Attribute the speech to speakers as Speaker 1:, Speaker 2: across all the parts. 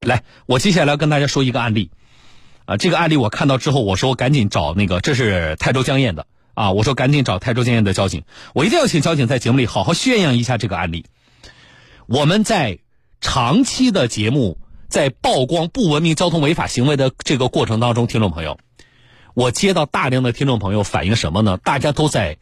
Speaker 1: 来，我接下来要跟大家说一个案例，啊，这个案例我看到之后，我说我赶紧找那个，这是泰州江堰的啊，我说赶紧找泰州江堰的交警，我一定要请交警在节目里好好宣扬一下这个案例。我们在长期的节目在曝光不文明交通违法行为的这个过程当中，听众朋友，我接到大量的听众朋友反映什么呢？大家都在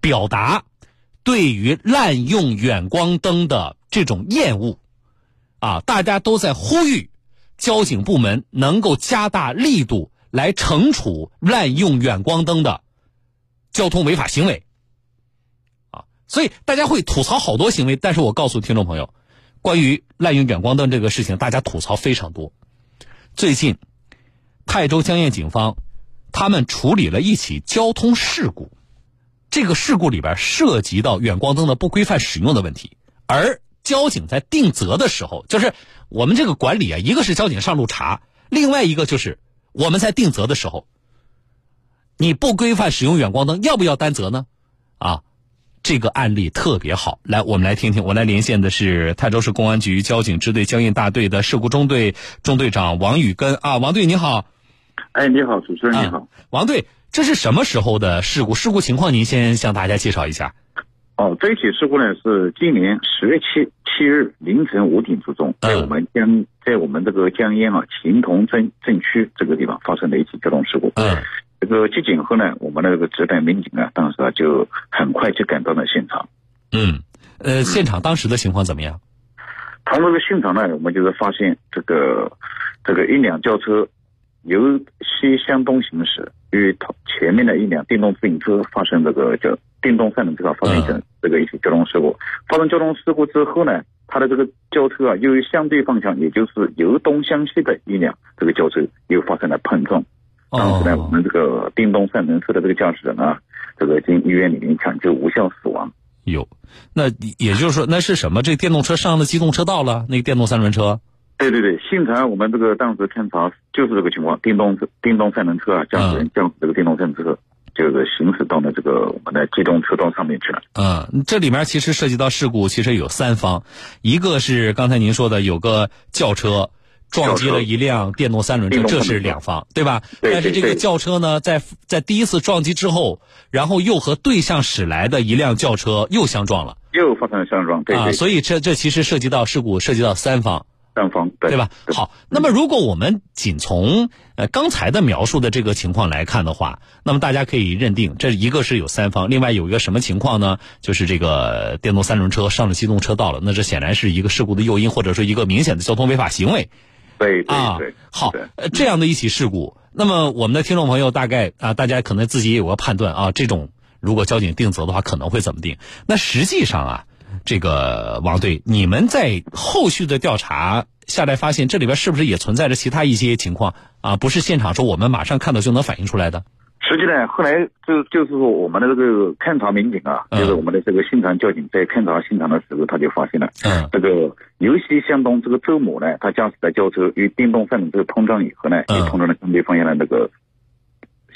Speaker 1: 表达对于滥用远光灯的这种厌恶。啊，大家都在呼吁交警部门能够加大力度来惩处滥用远光灯的交通违法行为。啊，所以大家会吐槽好多行为，但是我告诉听众朋友，关于滥用远光灯这个事情，大家吐槽非常多。最近，泰州江堰警方他们处理了一起交通事故，这个事故里边涉及到远光灯的不规范使用的问题，而。交警在定责的时候，就是我们这个管理啊，一个是交警上路查，另外一个就是我们在定责的时候，你不规范使用远光灯，要不要担责呢？啊，这个案例特别好，来，我们来听听。我来连线的是泰州市公安局交警支队江堰大队的事故中队中队长王宇根啊，王队你好。
Speaker 2: 哎，你好，主持人你好、啊，
Speaker 1: 王队，这是什么时候的事故？事故情况您先向大家介绍一下。
Speaker 2: 哦，这起事故呢是今年十月七七日凌晨五点之中，在我们江在我们这个江堰啊秦同镇镇区这个地方发生的一起交通事故。
Speaker 1: 嗯，
Speaker 2: 这个接警后呢，我们的这个值班民警啊，当时啊就很快就赶到了现场。
Speaker 1: 嗯，呃，现场当时的情况怎么样？
Speaker 2: 他们的现场呢，我们就是发现这个这个一辆轿车由西向东行驶，与前面的一辆电动自行车发生这个叫。电动三轮车发生一这个一起交通事故，发生交通事故之后呢，它的这个轿车啊，由于相对方向，也就是由东向西的一辆这个轿车又发生了碰撞。
Speaker 1: 哦
Speaker 2: 当时呢，我们这个电动三轮车的这个驾驶人啊，这个经医院里面抢救无效死亡。
Speaker 1: 有，那也就是说，那是什么？这电动车上了机动车道了？那个电动三轮车？
Speaker 2: 对对对，现场我们这个当时勘查就是这个情况，电动电动三轮车
Speaker 1: 嗯
Speaker 2: 啊，驾驶人驾驶这个电动三轮车。就是行驶到了这个我们的机动车道上面去了。
Speaker 1: 嗯，这里面其实涉及到事故，其实有三方，一个是刚才您说的有个轿车撞击了一辆电动三轮车，这是两方，对吧？
Speaker 2: 对
Speaker 1: 但是这个轿车呢，在在第一次撞击之后，然后又和对向驶来的一辆轿车又相撞了，
Speaker 2: 又发生了相撞，对对。啊，
Speaker 1: 所以这这其实涉及到事故，涉及到三方。
Speaker 2: 三方对
Speaker 1: 吧？好，那么如果我们仅从呃刚才的描述的这个情况来看的话，那么大家可以认定，这一个是有三方，另外有一个什么情况呢？就是这个电动三轮车上了机动车道了，那这显然是一个事故的诱因，或者说一个明显的交通违法行为。
Speaker 2: 对对
Speaker 1: 啊，好，呃，这样的一起事故，那么我们的听众朋友大概啊，大家可能自己也有个判断啊，这种如果交警定责的话，可能会怎么定？那实际上啊。这个王队，你们在后续的调查下来发现，这里边是不是也存在着其他一些情况啊？不是现场说我们马上看到就能反映出来的。
Speaker 2: 实际呢，后来就就是说，我们的这个勘查民警啊，
Speaker 1: 嗯
Speaker 2: 就是我们的这个现场交警在勘查现场的时候，他就发现了，
Speaker 1: 嗯，
Speaker 2: 这个由西向东这个周某呢，他驾驶的轿车与电动三轮车碰撞以后呢，
Speaker 1: 嗯
Speaker 2: 也碰撞了相对方向的那个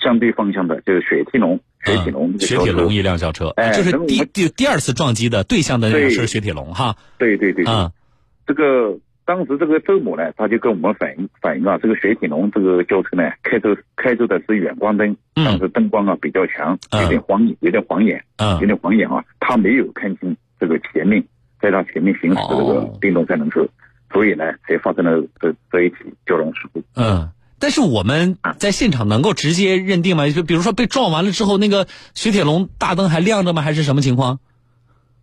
Speaker 2: 相对方向的就是雪铁龙。雪铁龙、嗯，
Speaker 1: 雪铁龙一辆轿车，
Speaker 2: 哎，
Speaker 1: 就是第第第二次撞击的对象的那辆是雪铁龙哈。
Speaker 2: 对对对，
Speaker 1: 嗯，
Speaker 2: 这个当时这个周某呢，他就跟我们反映反映啊，这个雪铁龙这个轿车呢，开着开着的是远光灯，
Speaker 1: 嗯
Speaker 2: 当时灯光啊比较强，有点晃眼，有点晃眼，
Speaker 1: 嗯
Speaker 2: 有点晃眼啊，他没有看清这个前面，在他前面行驶的这
Speaker 1: 哦
Speaker 2: 个电动三轮车，所以呢才发生了这这一起交通事故。
Speaker 1: 嗯。但是我们在现场能够直接认定吗？就比如说被撞完了之后，那个雪铁龙大灯还亮着吗？还是什么情况？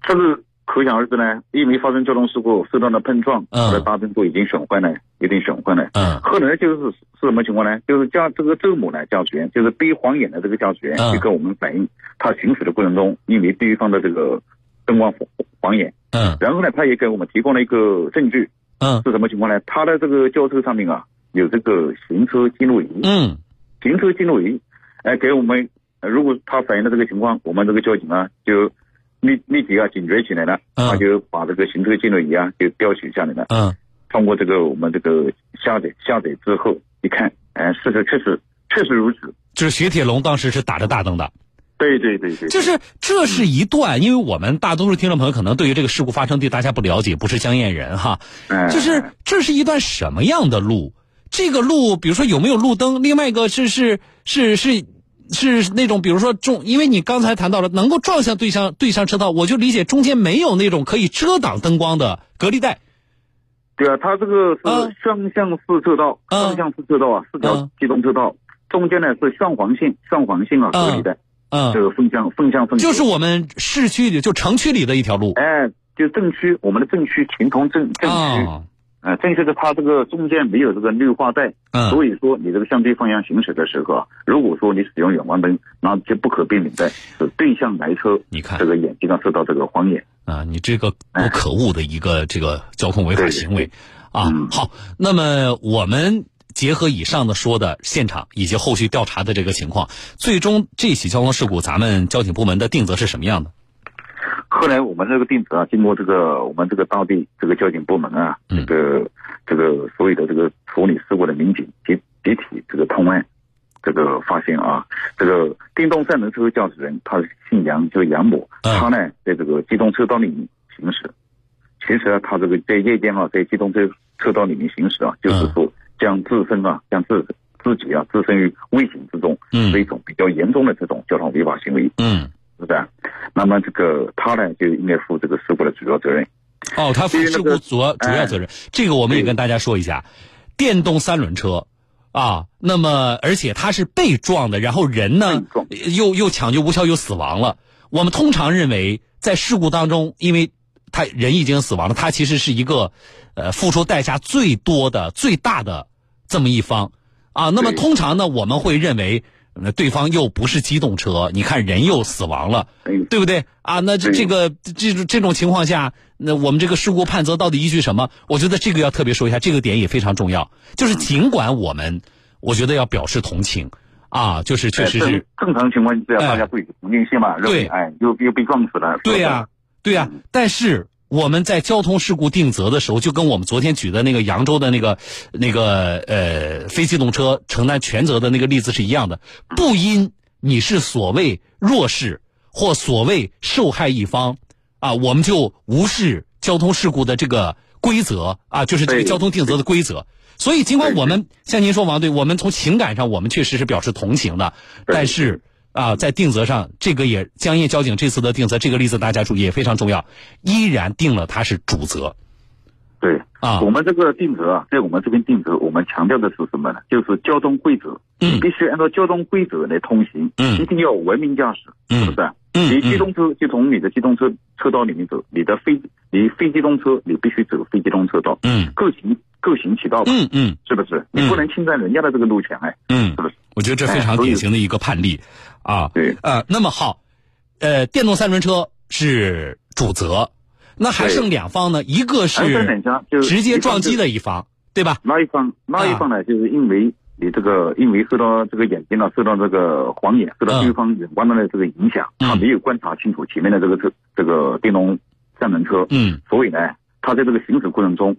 Speaker 2: 这是可想而知呢，因为发生交通事故受到了碰撞，
Speaker 1: 嗯，
Speaker 2: 的大灯都已经损坏了，有点损坏了。
Speaker 1: 嗯，
Speaker 2: 后来就是是什么情况呢？就是驾这个周某呢，驾驶员就是被晃眼的这个驾驶员，就跟我们反映，他行驶的过程中，因为对方的这个灯光晃眼，
Speaker 1: 嗯，
Speaker 2: 然后呢，他也给我们提供了一个证据，
Speaker 1: 嗯，
Speaker 2: 是什么情况呢？他的这个轿车上面啊。有这个行车记录仪，
Speaker 1: 嗯，
Speaker 2: 行车记录仪，哎、呃，给我们、呃，如果他反映了这个情况，我们这个交警啊就立立即啊警觉起来了，
Speaker 1: 嗯、
Speaker 2: 他就把这个行车记录仪啊就调取下来了，
Speaker 1: 嗯，
Speaker 2: 通过这个我们这个下载下载之后一看，哎、呃，事实确实确实如此，
Speaker 1: 就是雪铁龙当时是打着大灯的，
Speaker 2: 对对对对，
Speaker 1: 就是这是一段，因为我们大多数听众朋友可能对于这个事故发生地大家不了解，不是江堰人哈，
Speaker 2: 嗯
Speaker 1: 就是这是一段什么样的路？这个路，比如说有没有路灯？另外一个是是是是是那种，比如说中，因为你刚才谈到了能够撞向对向对向车道，我就理解中间没有那种可以遮挡灯光的隔离带。
Speaker 2: 对啊，它这个
Speaker 1: 嗯
Speaker 2: 是双向四车道，
Speaker 1: 嗯
Speaker 2: 双向四车道啊，四条
Speaker 1: 嗯
Speaker 2: 机动车道，中间呢是双黄线，双黄线啊，
Speaker 1: 嗯
Speaker 2: 隔离带，这
Speaker 1: 嗯，
Speaker 2: 个分向分向分隔
Speaker 1: 就是我们市区里就城区里的一条路。
Speaker 2: 哎，就镇区，我们的镇区秦同镇镇区，
Speaker 1: 啊，
Speaker 2: 呃，镇区的它这个中间没有这个绿化带，
Speaker 1: 嗯，
Speaker 2: 所以说你这个向对方向行驶的时候啊，如果说你使用远光灯，那就不可避免的是对向来车
Speaker 1: 你看
Speaker 2: 这个眼睛上受到这个晃眼。
Speaker 1: 啊，你这个多
Speaker 2: 哎
Speaker 1: 可恶的一个这个交通违法行为啊
Speaker 2: 嗯！
Speaker 1: 好，那么我们结合以上的说的现场以及后续调查的这个情况，最终这起交通事故，咱们交警部门的定责是什么样的？
Speaker 2: 后来我们这个定责啊，经过这个我们这个当地这个交警部门啊，
Speaker 1: 嗯
Speaker 2: 这个这个所有的这个处理事故的民警集集体这个通案，这个发现啊，这个电动三轮车驾驶人他姓杨，就是杨某，
Speaker 1: 嗯
Speaker 2: 他呢在这个机动车道里面行驶，其实啊他这个在夜间啊在机动车车道里面行驶啊，
Speaker 1: 嗯
Speaker 2: 就是说将自身啊将自自己啊置身于危险之中，
Speaker 1: 嗯
Speaker 2: 是一种比较严重的这种交通违法行为。
Speaker 1: 嗯，
Speaker 2: 是的。那么这个他呢，就应该负这个事故的主要责任。
Speaker 1: 哦，他负
Speaker 2: 对那
Speaker 1: 事故
Speaker 2: 个哎
Speaker 1: 主要主要责任，这个我们也
Speaker 2: 对
Speaker 1: 跟大家说一下，电动三轮车。啊，那么而且他是被撞的，然后人呢
Speaker 2: 被撞
Speaker 1: 又又抢救无效又死亡了。我们通常认为，在事故当中，因为他人已经死亡了，他其实是一个呃付出代价最多的、最大的这么一方啊。那么
Speaker 2: 对
Speaker 1: 通常呢，我们会认为、呃对方又不是机动车，你看人又死亡了，
Speaker 2: 嗯，
Speaker 1: 对不对啊？那这
Speaker 2: 对
Speaker 1: 这个这种这种情况下，那我们这个事故判责到底依据什么？我觉得这个要特别说一下，这个点也非常重要。
Speaker 2: 嗯
Speaker 1: 就是尽管我们，我觉得要表示同情啊，就是确实
Speaker 2: 哎
Speaker 1: 是，
Speaker 2: 正正常情况之下，
Speaker 1: 哎
Speaker 2: 大家会有同情心嘛？认为
Speaker 1: 对
Speaker 2: 哎，又又被撞死了。
Speaker 1: 对呀、
Speaker 2: 呀、
Speaker 1: 对呀、但是我们在交通事故定责的时候，就跟我们昨天举的那个扬州的那个那个呃非机动车承担全责的那个例子是一样的，不因你是所谓弱势或所谓受害一方啊，我们就无视交通事故的这个规则啊，就是这个
Speaker 2: 对
Speaker 1: 交通定责的规则。所以，尽管我们像您说王队，我们从情感上我们确实是表示同情的，
Speaker 2: 对
Speaker 1: 但是啊，在定责上，这个也江堰交警这次的定责，这个例子大家注意也非常重要，依然定了他是主责
Speaker 2: 对，
Speaker 1: 啊
Speaker 2: 我，们这个定责啊，在我们这边定责，我们强调的是什么呢？就是交通规则，
Speaker 1: 嗯
Speaker 2: 必须按照交通规则来通行，
Speaker 1: 嗯
Speaker 2: 一定要文明驾驶，是
Speaker 1: 嗯
Speaker 2: 不是？
Speaker 1: 嗯
Speaker 2: 你机
Speaker 1: 嗯
Speaker 2: 动车就从你的机动车车道里面走，你的非你非机动车你必须走非机动车道，
Speaker 1: 嗯
Speaker 2: 各行各行其道吧，
Speaker 1: 嗯嗯
Speaker 2: 是不是？你不能侵占人家的这个路权，哎，
Speaker 1: 嗯
Speaker 2: 是不是？
Speaker 1: 我觉得这非常典型的一个判例啊，
Speaker 2: 对。
Speaker 1: 呃，那么好，呃，电动三轮车是主责，那还
Speaker 2: 对
Speaker 1: 剩两方呢，一个
Speaker 2: 还分两
Speaker 1: 是
Speaker 2: 家，就是
Speaker 1: 直接撞击
Speaker 2: 的
Speaker 1: 的啊一方，对吧？
Speaker 2: 那一方，那一方呢，就是因为你这个因为受到这个眼睛呢，啊受到这个晃眼，受到对方远光灯的这个影响，
Speaker 1: 啊嗯
Speaker 2: 他没有观察清楚前面的这个车这个电动三轮车，
Speaker 1: 嗯
Speaker 2: 所以呢，他在这个行驶过程中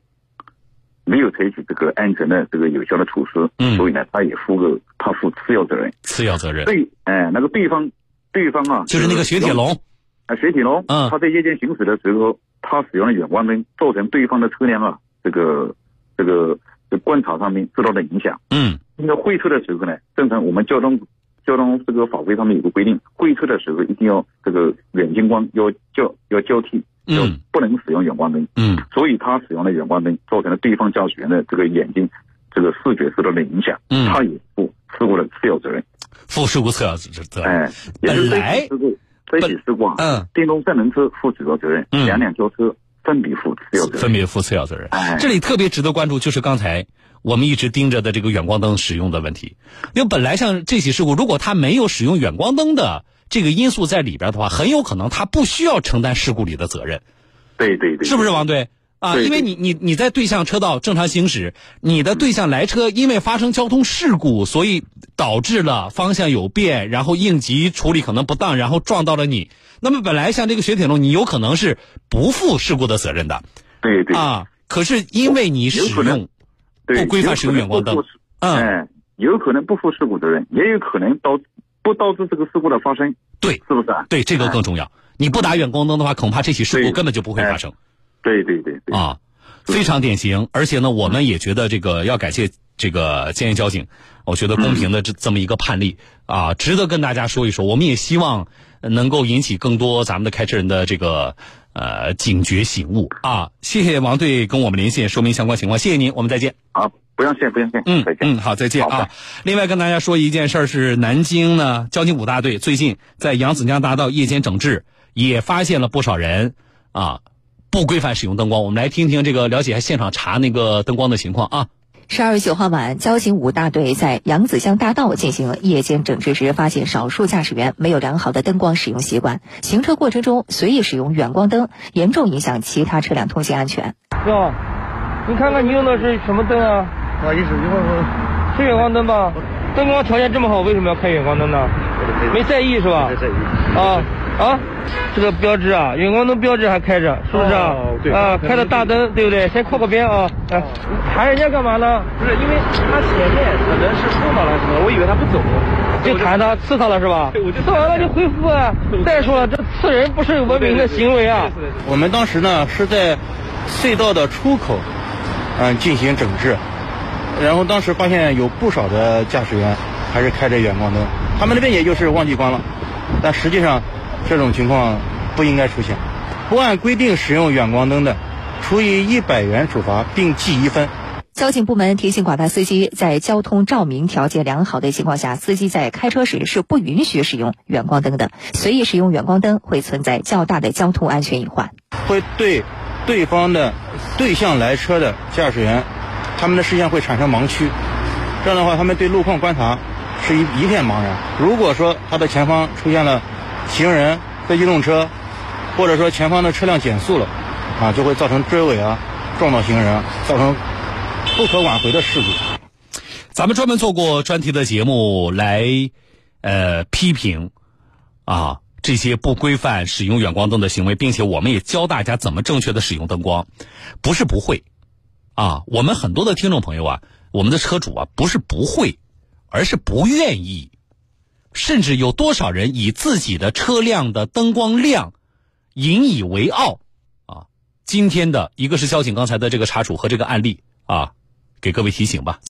Speaker 2: 没有采取这个安全的这个有效的措施，
Speaker 1: 嗯
Speaker 2: 所以呢，他也负个他负次要责任。
Speaker 1: 次要责任
Speaker 2: 对，哎，那个对方对方啊，
Speaker 1: 就是那个雪铁龙，
Speaker 2: 啊，雪铁龙，
Speaker 1: 嗯
Speaker 2: 他在夜间行驶的时候，他使用了远光灯，造成对方的车辆啊，这个这个这观察上面受到的影响。
Speaker 1: 嗯
Speaker 2: 那个会车的时候呢，正常我们交通交通这个法规上面有个规定，会车的时候一定要这个远近光要交要交替，
Speaker 1: 嗯
Speaker 2: 要不能使用远光灯。
Speaker 1: 嗯
Speaker 2: 所以他使用了远光灯，造成了对方驾驶员的这个眼睛这个视觉受到的影响，
Speaker 1: 嗯
Speaker 2: 他也负事故的次要责任。
Speaker 1: 负事故次要责任，
Speaker 2: 哎，也就是
Speaker 1: 本来
Speaker 2: 这起事故，这起事故啊，
Speaker 1: 嗯，
Speaker 2: 电动三轮车负主要责任，
Speaker 1: 嗯
Speaker 2: 两辆轿车分别负次要责任。
Speaker 1: 分别负次要责任。
Speaker 2: 哎，
Speaker 1: 这里特别值得关注，就是刚才我们一直盯着的这个远光灯使用的问题。因为本来像这起事故，如果他没有使用远光灯的这个因素在里边的话，很有可能他不需要承担事故里的责任，
Speaker 2: 对对对，
Speaker 1: 是不是王队？啊，
Speaker 2: 对
Speaker 1: 因为你你你在对向车道正常行驶，你的对向来车因为发生交通事故，所以导致了方向有变，然后应急处理可能不当，然后撞到了你。那么本来像这个雪铁龙，你有可能是不负事故的责任的
Speaker 2: 对对
Speaker 1: 啊，可是因为你使
Speaker 2: 有可能
Speaker 1: 用
Speaker 2: 对，
Speaker 1: 不规范使用远光灯
Speaker 2: 有可能不负
Speaker 1: 嗯
Speaker 2: 哎，有可能不负事故责任，也有可能导不导致这个事故的发生，
Speaker 1: 对
Speaker 2: 是不是啊？
Speaker 1: 对，这个更重要。你不打远光灯的话，恐怕这起事故
Speaker 2: 对
Speaker 1: 根本就不会发生
Speaker 2: 对对对对，
Speaker 1: 啊，非常典型。而且呢，我们也觉得这个要感谢这个建业交警，我觉得公平的这这么一个判例啊，值得跟大家说一说。我们也希望能够引起更多咱们的开车人的这个呃警觉醒悟啊。谢谢王队跟我们连线说明相关情况，谢谢您，我们再见。
Speaker 2: 啊，不用谢，不用谢，
Speaker 1: 嗯
Speaker 2: 再见。
Speaker 1: 嗯，好，再见
Speaker 2: 好
Speaker 1: 啊
Speaker 2: 的！
Speaker 1: 另外跟大家说一件事儿是，南京呢交警五大队最近在扬子江大道夜间整治，也发现了不少人啊不规范使用灯光。我们来听听这个，了解一下现场查那个灯光的情况啊。
Speaker 3: 十二月九号晚，交警五大队在扬子江大道进行夜间整治时，发现少数驾驶员没有良好的灯光使用习惯，行车过程中随意使用远光灯，严重影响其他车辆通行安全。
Speaker 4: 哟，你看看你用的是什么灯啊？
Speaker 5: 不好意思，一会儿
Speaker 4: 是远光灯吧？灯光条件这么好，为什么要开远光灯呢？
Speaker 5: 我
Speaker 4: 没在意是吧？
Speaker 5: 在这里。
Speaker 4: 啊啊，这个标志啊，远光灯标志还开着，是不是啊？
Speaker 5: 哦对
Speaker 4: 啊，开的大灯，对不对？先靠个边啊！哎、喊人家干嘛呢？
Speaker 5: 哦不是因为他前面可能是碰到了什么，我以为他不走。
Speaker 4: 就弹他，刺他了是吧？
Speaker 5: 对我就
Speaker 4: 刺完了就恢 复啊！再说了，这刺人不是文明的行为啊！
Speaker 6: 我们当时呢是在隧道的出口，嗯，进行整治，然后当时发现有不少的驾驶员还是开着远光灯，他们那边也就是忘记关了，但实际上这种情况不应该出现。不按规定使用远光灯的，处以一百元处罚，并记一分。
Speaker 3: 交警部门提醒广大司机，在交通照明条件良好的情况下，司机在开车时是不允许使用远光灯的，随意使用远光灯会存在较大的交通安全隐患。
Speaker 6: 会对对方的对向来车的驾驶员，他们的视线会产生盲区，这样的话，他们对路况观察是一一片茫然。如果说他的前方出现了行人、非机动车，或者说前方的车辆减速了，啊，就会造成追尾啊，撞到行人啊，造成不可挽回的事故。
Speaker 1: 咱们专门做过专题的节目来，呃，批评啊这些不规范使用远光灯的行为，并且我们也教大家怎么正确的使用灯光，不是不会啊。我们很多的听众朋友啊，我们的车主啊，不是不会，而是不愿意，甚至有多少人以自己的车辆的灯光亮引以为傲啊。今天的一个是交警刚才的这个查处和这个案例啊，给各位提醒吧。